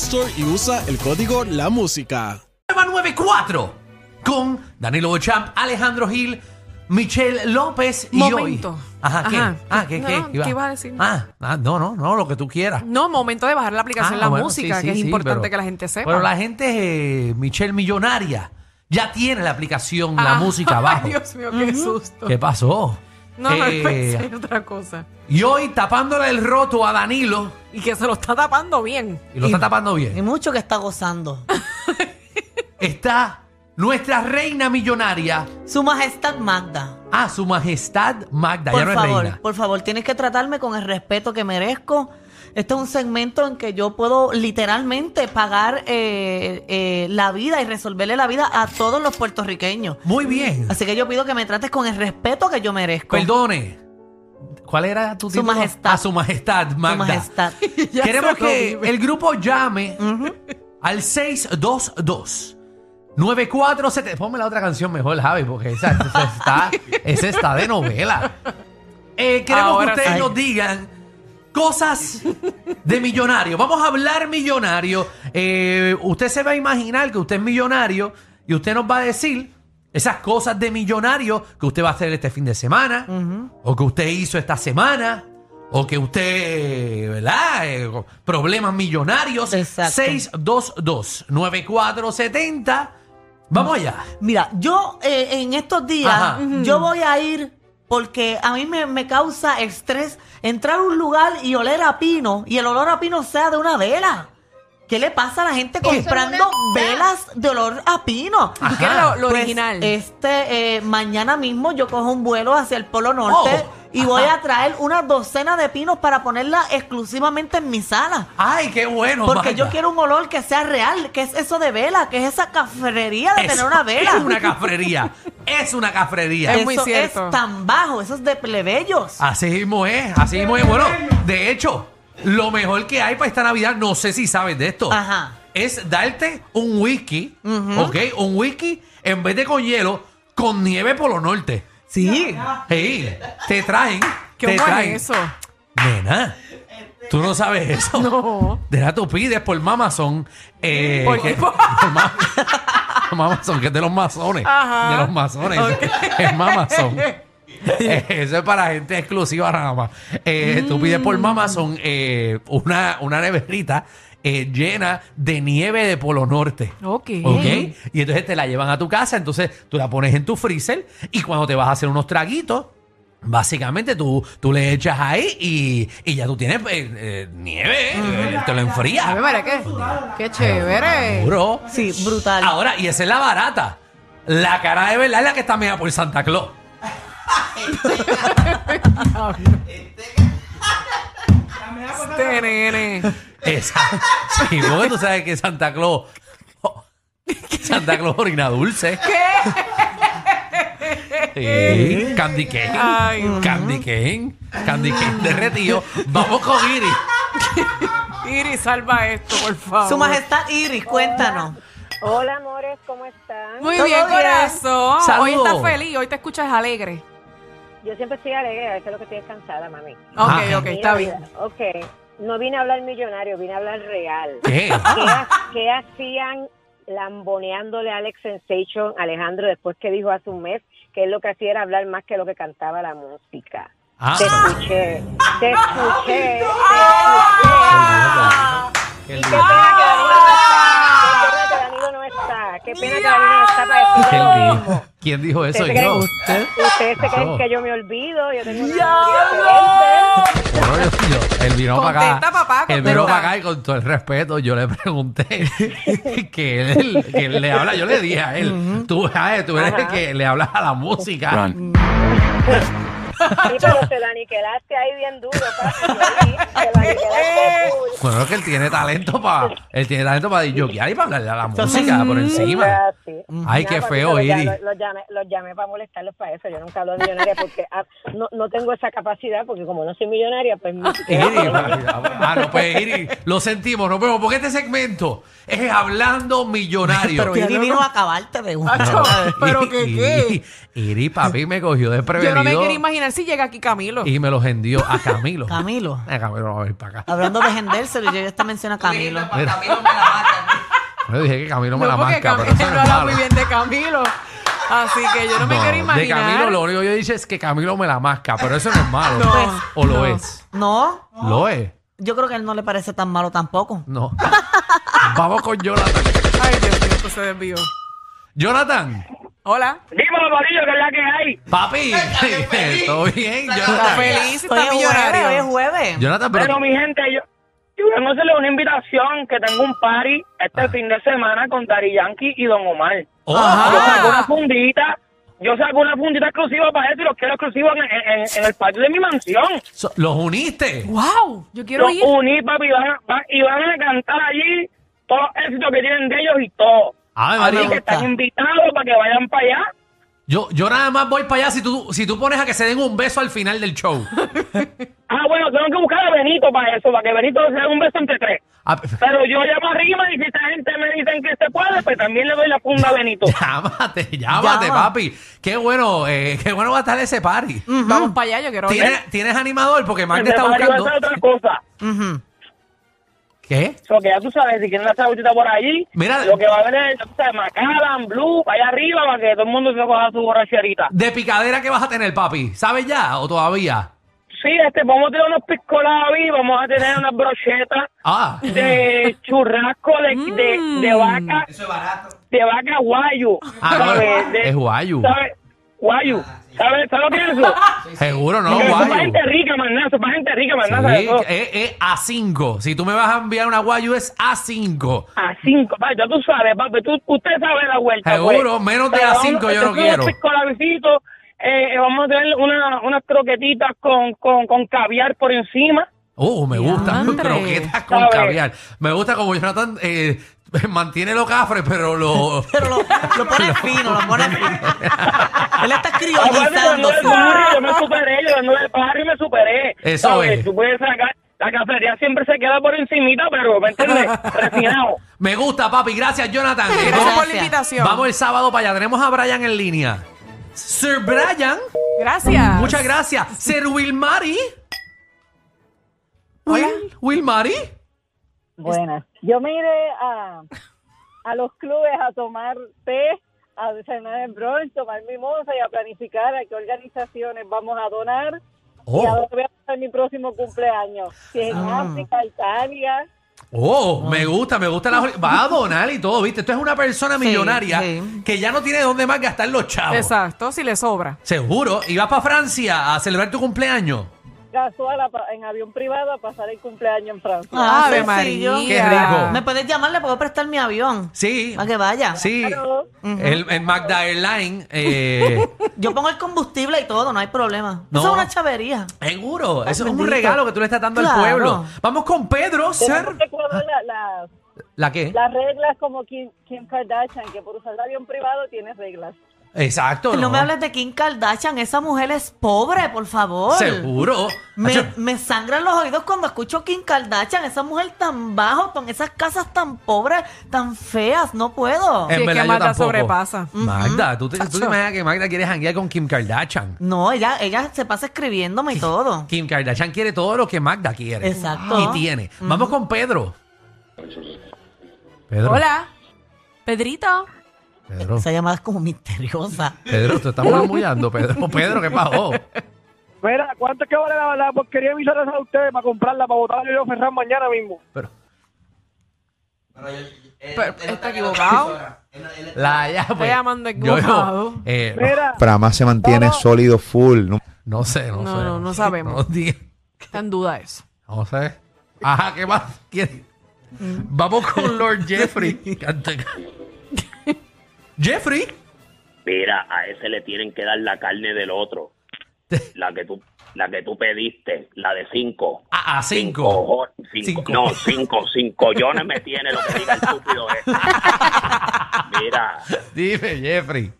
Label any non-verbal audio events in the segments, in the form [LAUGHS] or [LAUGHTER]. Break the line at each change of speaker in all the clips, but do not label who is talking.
Store y usa el código La Música.
Nueva 94 con Danilo Bochamp, Alejandro Gil, Michelle López y
Momento.
hoy. Ajá, ¿qué?
Ajá.
Ah, ¿qué,
No,
qué?
¿qué ibas a decir?
Ah, ah, no, no, no, lo que tú quieras.
No, momento de bajar la aplicación
Ah,
La
bueno,
Música,
sí, sí,
que es
sí,
importante
pero-
que la gente sepa.
Pero la gente, eh, Michelle Millonaria, ya tiene la aplicación, la
Ah,
música abajo.
[LAUGHS] Ay, Dios mío, qué susto.
¿Qué pasó?
No, no,
Eh,
no [LAUGHS] pensé otra cosa.
y hoy tapándole el roto a Danilo,
Y que se lo está tapando bien.
y lo está tapando
Hay
bien,
mucho que está gozando.
está nuestra reina millonaria,
Su Majestad Magda.
a su majestad Magda, ya
Por
no es
favor,
reina.
por favor, tienes que tratarme con el respeto que merezco. Este es un segmento en que yo puedo literalmente pagar eh, eh, la vida y resolverle la vida a todos los puertorriqueños.
Muy bien.
Así que yo pido que me trates con el respeto que yo merezco.
Perdone. ¿Cuál era tu
Su
título?
majestad.
A su majestad,
Su
Magda. [LAUGHS]
Majestad. [LAUGHS]
Ya
Queremos
se lo
que
dije.
el grupo llame al 622 947. Ponme la otra canción mejor, Javi, porque esa, esa está, esa está de novela. Eh, queremos
Ahora
que ustedes
sí.
nos digan cosas de millonario. Vamos a hablar millonario. Eh, usted se va a imaginar que usted es millonario y usted nos va a decir esas cosas de millonario que usted va a hacer este fin de semana o que usted hizo esta semana. O que usted, ¿verdad? Eh, problemas millonarios.
Exacto.
622-9470. Vamos allá.
Mira, yo eh, en estos días,
Ajá.
yo voy a ir porque a mí me, me causa estrés entrar a un lugar y oler a pino y el olor a pino sea de una vela. ¿Qué le pasa a la gente comprando velas de olor a pino?
Ah,
¿Tú quieres lo, lo
Pues,
original?
Este, eh, mañana mismo yo cojo un vuelo hacia el Polo Norte
Oh.
y voy a traer una docena de pinos para ponerla exclusivamente en mi sala.
Ay, qué bueno.
Porque yo
Magda.
quiero un olor que sea real, que es eso de vela, que es esa cafrería de tener
Eso
una vela.
Es una cafrería. es una cafrería.
Es muy
eso
cierto.
[LAUGHS] es tan bajo, eso es de plebeyos.
Así mismo es, así mismo es. Bueno, de hecho, lo mejor que hay para esta Navidad, no sé si sabes de esto,
Ajá.
es darte un whisky, ¿ok? Un whisky en vez de con hielo, con nieve por lo norte.
Sí.
Hey, te traen.
¿Qué
te
bueno
traen.
es eso?
Nena, tú no sabes eso.
No.
Deja tú pides por Mamazón. Eh,
[LAUGHS] Por-
que- por ma- [LAUGHS] Mamazón, que es de los masones.
Ajá.
De los masones. Es Mamazón. Eh, [LAUGHS] Eso es para gente exclusiva nada más. Eh, Tú pides por Mamazón eh, una, una neverita eh, llena de nieve de Polo Norte.
[LAUGHS] Ok.
¿Ok? Y entonces te la llevan a tu casa, entonces tú la pones en tu freezer y cuando te vas a hacer unos traguitos, básicamente tú, tú le echas ahí y, y ya tú tienes eh, eh, nieve, eh, te lo
A ver,
enfrías.
mira, qué, qué chévere.
Bro.
Sí, brutal.
Ahora, y esa es la barata. La cara de verdad es la que está media por Santa Claus.
Este nene.
Esa. [LAUGHS] Sí, porque tú sabes que Santa Claus. [LAUGHS] Santa Claus orina
[LAUGHS]
dulce. ¿Qué? Sí, Candy Cane.
Ay,
Candy Cane. Candy Cane derretido. Vamos con Iris.
Iris, salva esto, por
Ah,
favor.
Su Majestad Iris, cuéntanos.
Hola, amores, ¿cómo están?
Muy
Todo
bien,
bien.
corazón. Hoy
Saludos.
estás feliz, hoy te escuchas alegre.
Yo siempre estoy alegre, a veces lo que estoy es cansada, mami.
Ok,
Ajá.
ok,
Mira,
está
mira,
bien.
Ok, no vine a hablar millonario, vine a hablar real. ¿Qué,
¿Qué?
Ah.
ha- qué hacían lamboneándole a Alex Sensation, Alejandro, después que dijo hace un mes que él lo que hacía era hablar más que lo que cantaba la música?
Ah,
Ah.
Te escuché, te escuché, te escuché. Qué pena que la Virgen está padeciendo
¿Quién,
lo
dijo-
mismo.
quién dijo eso?
¿Ustedes se
Yo.
creen- Ustedes se creen
Yo.
que yo me olvido. Yo tengo una
¡Diablo!
memoria excelente.
Bueno, yo- yo- él vino para acá.
Contesta, papá,
él vino
contesta.
para acá y con todo el respeto yo le pregunté [LAUGHS] que, él, que él le habla. Yo le dije a él, tú, Jae, tú eres el que le hablas a la música.
Sí, pero te la aniquilaste ahí bien duro, papi. yo ahí,
[LAUGHS] Eh,
Te la aniquilaste full.
Bueno, que él tiene talento para él tiene talento para y para hablarle a la música por encima.
Ah, sí.
Ay,
Nada,
qué
papito,
feo,
los,
Iri.
llamé- los llamé, los llamé para molestarlos para eso. Yo nunca hablo de millonaria porque ah, no, no tengo esa capacidad, porque como no soy millonaria, pues... [LAUGHS] ni siquiera-
Iri, ah, no, pues Iri, lo sentimos, no, pero porque este segmento es hablando millonario.
Pero Iri vino a acabarte de una.
No,
[LAUGHS] pero
Iri-
que qué.
Iri, papi, me cogió
Yo no me
desprevenido
quiero imaginar si llega aquí Camilo.
y me los hendió a Camilo.
Camilo.
Eh, Camilo no va a ir para acá.
Hablando de gendérselo, yo ya está menciona a Camilo.
Mira. Yo dije que Camilo me la
no, porque
marca, pero
Camilo
eso no
no
es
habla
malo.
muy bien de Camilo. Así que yo no, me
No,
quiero
De
imaginar.
Camilo lo único que yo dije es que Camilo me la masca, pero eso no es malo.
No,
¿O lo
no.
es?
No,
¿Lo es?
yo creo que a él no le parece tan malo tampoco.
No. [LAUGHS] Vamos con Jonathan.
Ay, Dios mío, esto se desvió.
Jonathan,
Hola.
Dímelo, Corillo, que es la que hay.
papi. [LAUGHS] ¿Todo bien,
Está
Jonathan?
feliz,
Hoy
está
es jueves, hoy es
millonario.
jueves.
Jonathan, pero...
Pero, mi gente, yo, yo vengo a hacerle una invitación que tengo un party este
Ah.
fin de semana con Dari Yankee y Don Omar.
¡Oh!
Yo
Ajá. Ah.
saco una fundita, yo saco una fundita exclusiva para eso y los quiero exclusivos en, en- en el patio de mi mansión.
So- ¿Los uniste?
¡Wow! Yo quiero
Los
ir.
uní, papi, y van, a- van- y van a cantar allí todos los éxitos que tienen de ellos y todo.
Ay,
Así
María.
que están invitados para que vayan para allá.
Yo, yo nada más voy para allá si tú, si tú pones a que se den un beso al final del show.
Ah, bueno, tengo que buscar a Benito para eso, para que Benito se dé un beso entre tres.
Ah, [LAUGHS]
Pero yo llamo arriba y si esta gente me dicen que se puede, pues también le doy la funda a
[LAUGHS]
Benito.
Llámate, llámate,
Llama.
papi. Qué bueno, eh, qué bueno va a estar ese party.
Vamos para allá, yo quiero ir.
¿Tienes, tienes animador? Porque
Se
Magda está
va a
buscando.
llevar otra cosa.
Ujú.
¿Qué?
Lo que ya tú sabes, si quieren la saludita por allí,
Mira-
lo que va a haber es, ya tú sabes, Macallan, Blue, allá arriba, para que todo el mundo se coja su borracherita.
¿De picadera que vas a tener, papi? ¿Sabes ya o todavía?
Sí, este, vamos a tener unos piscolados y vamos a tener unas brochetas
Ah, [LAUGHS]
de churrasco de, de, de vaca. De vaca guayu.
Mm. Ah, no,
¿sabes? De-
es guayu.
¿sabes? Guayu. ¿Sabes sabes lo que es eso?
seguro [LAUGHS] no,
Porque eso es para
guayu.
gente rica, maná, eso es para gente rica,
Sí, eh,
maná, ¿sabes? Eso-
es es A5. Si tú me vas a enviar una guayu, es A5.
A cinco, papi, ya tú sabes, papi, tú, usted sabe la vuelta. pues.
Seguro, menos de
Pero
a
vamos- este
cinco yo no
entonces,
quiero.
unos piscolabecitos, eh, eh, vamos a tener una, unas croquetitas con, con, con caviar por encima.
Oh, me [LAUGHS] gustan
Diantre.
croquetas con
¿Sabes?
caviar. Me gusta como Jonathan eh, [LAUGHS] mantiene los cafres, pero
[LAUGHS]
lo...
Pero lo, lo pone fino, lo pone fino. Él está
Acuérdate,
criollizando.
cuando era el barrio, yo me superé, yo cuando era el barrio me superé.
Eso
¿Sabes?
es.
Tú puedes sacar, la cafetería siempre se queda por encimita, pero, ¿me entiendes?
[LAUGHS]
Refinado.
Me gusta, papi. Gracias, Jonathan. Eh,
Gracias por la
Gracias.
invitación.
Vamos el sábado para allá. Tenemos a Brian en línea. Sir Brian,
Gracias.
muchas gracias. Sir Wilmari. Will, Wilmari.
Buenas. Yo me iré a, a los clubes a tomar té, a cenar en brunch, tomar mimosa y a planificar a qué organizaciones vamos a donar y a
Oh,
dónde voy a pasar mi próximo cumpleaños. Si es en África, Italia.
oh,
Ah.
me gusta, me gusta la. Va a donar y todo, ¿viste? Esto es una persona
Sí,
millonaria
sí.
que ya no tiene dónde más gastar los chavos.
Exacto, si le sobra.
Seguro. Y vas para Francia a celebrar tu cumpleaños.
casual a pa- en avión privado a pasar el cumpleaños en Francia.
Ah,
Ave María.
sencillo.
Qué rico.
Me puedes llamar, le puedo prestar mi avión.
Sí.
Para que vaya.
Sí.
Claro.
El, el Magda Airline.
[LAUGHS]
Eh,
Yo pongo el combustible y todo, no hay problema.
No.
Eso es una chavería.
Seguro, eso es un
bendito.
regalo que tú le estás dando
Claro.
al pueblo. Vamos con Pedro,
Tenemos
ser.
que cuadrar la- la-
¿La qué?
las reglas como Kim, Kim Kardashian, que por usar el avión privado tiene reglas.
Exacto.
No me hables de Kim Kardashian, esa mujer es pobre, por favor.
Seguro. Acho,
Me, me sangran los oídos cuando escucho Kim Kardashian, esa mujer tan bajo, con esas casas tan pobres, tan feas, no puedo.
Eh. Sí, es que
yo
Magda
tampoco.
sobrepasa.
Magda, ¿tú te, tú te
Acho.
imaginas que Magda quiere janguear con Kim Kardashian?
No, ella, ella se pasa escribiéndome y todo.
Kim Kardashian quiere todo lo que Magda quiere.
Exacto.
Y tiene. Vamos con Pedro. Pedro.
Hola. Pedrito.
Pedro.
Esa llamada es como misteriosa.
Pedro, te estamos amullando, Pedro. Pedro, ¿qué pasó?
Mira, ¿cuánto es que vale la, porquería de mis a ustedes para comprarla, para botarla y yo Ferran mañana mismo?
Pero-
Pero, está equivocado.
La ya,
Estoy
pues.
llamando
yo-
equivocado.
eh, no,
Mira,
Prama se mantiene sólido full. No-
no sé, no,
No,
sé.
no, no sabemos.
No, diga-
Está en duda eso.
no sé. Ajá, ¿qué más? ¿Quién? Vamos con Lord Jeffrey. Canta- Jeffrey.
Mira, a ese le tienen que dar la carne
[LAUGHS]
del otro. La que tú, la que tú pediste, la de cinco.
A, a Ah, cinco.
Cojo- cinco.
Cinco.
No, cinco, cinco. Yo no me tiene lo que diga el estúpido
[LAUGHS]
este. Mira,
Dime, Jeffrey.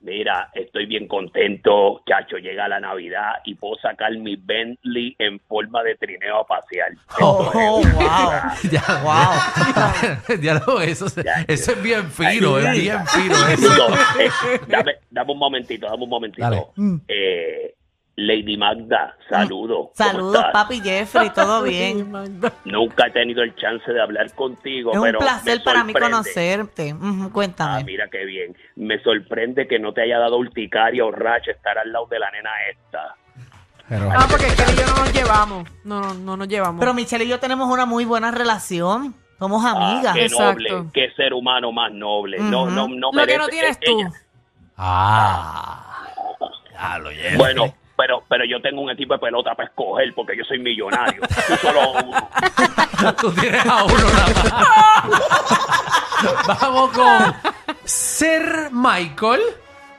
mira, estoy bien contento. Chacho, llega la Navidad y puedo sacar mi Bentley en forma de trineo a pasear.
Oh, wow.
[LAUGHS] Ya,
[LAUGHS]
wow. ya lo, eso, se-
Ya,
eso es bien fino,
Ay,
es
sí.
bien fino eso.
Digo, eh, dame, dame un momentito, dame un
Dale.
momentito. Eh, Lady Magda, saludos. ¿Cómo
Saludos,
estás?
papi Jeffrey,
[LAUGHS]
[LAUGHS]
todo bien.
Nunca he tenido el chance de hablar contigo.
es un
pero
placer
me
para mí
sorprende.
conocerte. Ujú,
Ah,
cuéntame.
mira qué bien. Me sorprende que no te haya dado urticaria o racha estar al lado de la nena esta.
Pero-
Ah, porque es que él y yo no nos llevamos. No, no, no nos llevamos.
Pero Michelle y yo tenemos una muy buena relación. Somos
Ah,
amigas.
qué
Exacto.
noble, qué ser humano más noble. No,
Ujú.
no,
lo
no
que
merece-
no tienes
eh,
tú.
ella-
Ah. Ya lo, Jeffrey.
Bueno, pero, pero yo tengo un equipo de pelota para escoger porque yo soy millonario. Tú solo uno.
[LAUGHS] Tú tienes a uno nada más. [LAUGHS] Vamos con Sir Michael.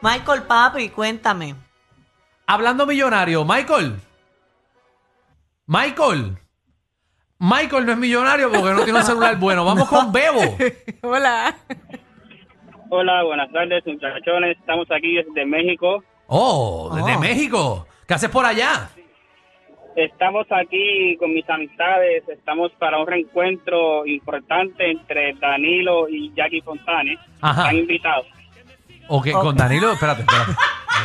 Michael, papi, cuéntame.
Hablando millonario. Michael. Michael. Michael no es millonario porque no tiene un celular bueno. Vamos con
[LAUGHS]
Bebo.
[LAUGHS] Hola.
Hola, buenas tardes, muchachones. Estamos aquí desde México.
Oh, desde
Oh.
México. ¿Qué haces por allá?
Estamos aquí con mis amistades. Estamos para un reencuentro importante entre Danilo y Jackie Fontane.
Ajá.
Han invitado.
Ok, con Danilo. Espérate,
[LAUGHS]
espérate.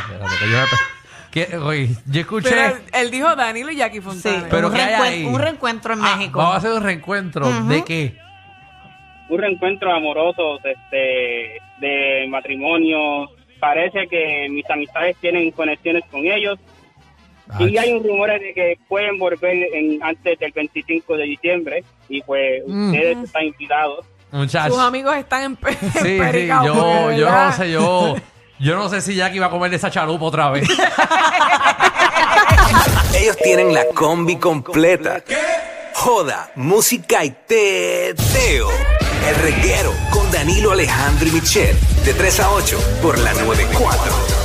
Espérate, que yo me pe- ¿Qué? Oye, yo escuché.
Pero él, él dijo Danilo y Jackie
Sí,
Fontana.
Pero
un,
¿qué hay
reencuen-
ahí?
un reencuentro en
Ah,
México.
vamos a hacer un reencuentro. ¿De
Ujú.
qué?
Un reencuentro amoroso este, de matrimonio. Parece que mis amistades tienen conexiones con ellos. Y hay un rumor de que pueden volver en, antes del 25 de diciembre. Y pues
Mm.
ustedes están invitados.
Muchachos.
Sus amigos están en, pe-
Sí, sí,
empericados,
yo,
porque,
yo no
¿verdad?
sé, yo, yo no sé si Jackie va a comer de esa chalupa otra vez.
Ellos tienen la combi completa. Joda, música y teo. El reguero con Danilo Alejandro y Michel. De 3 a 8 por la 94.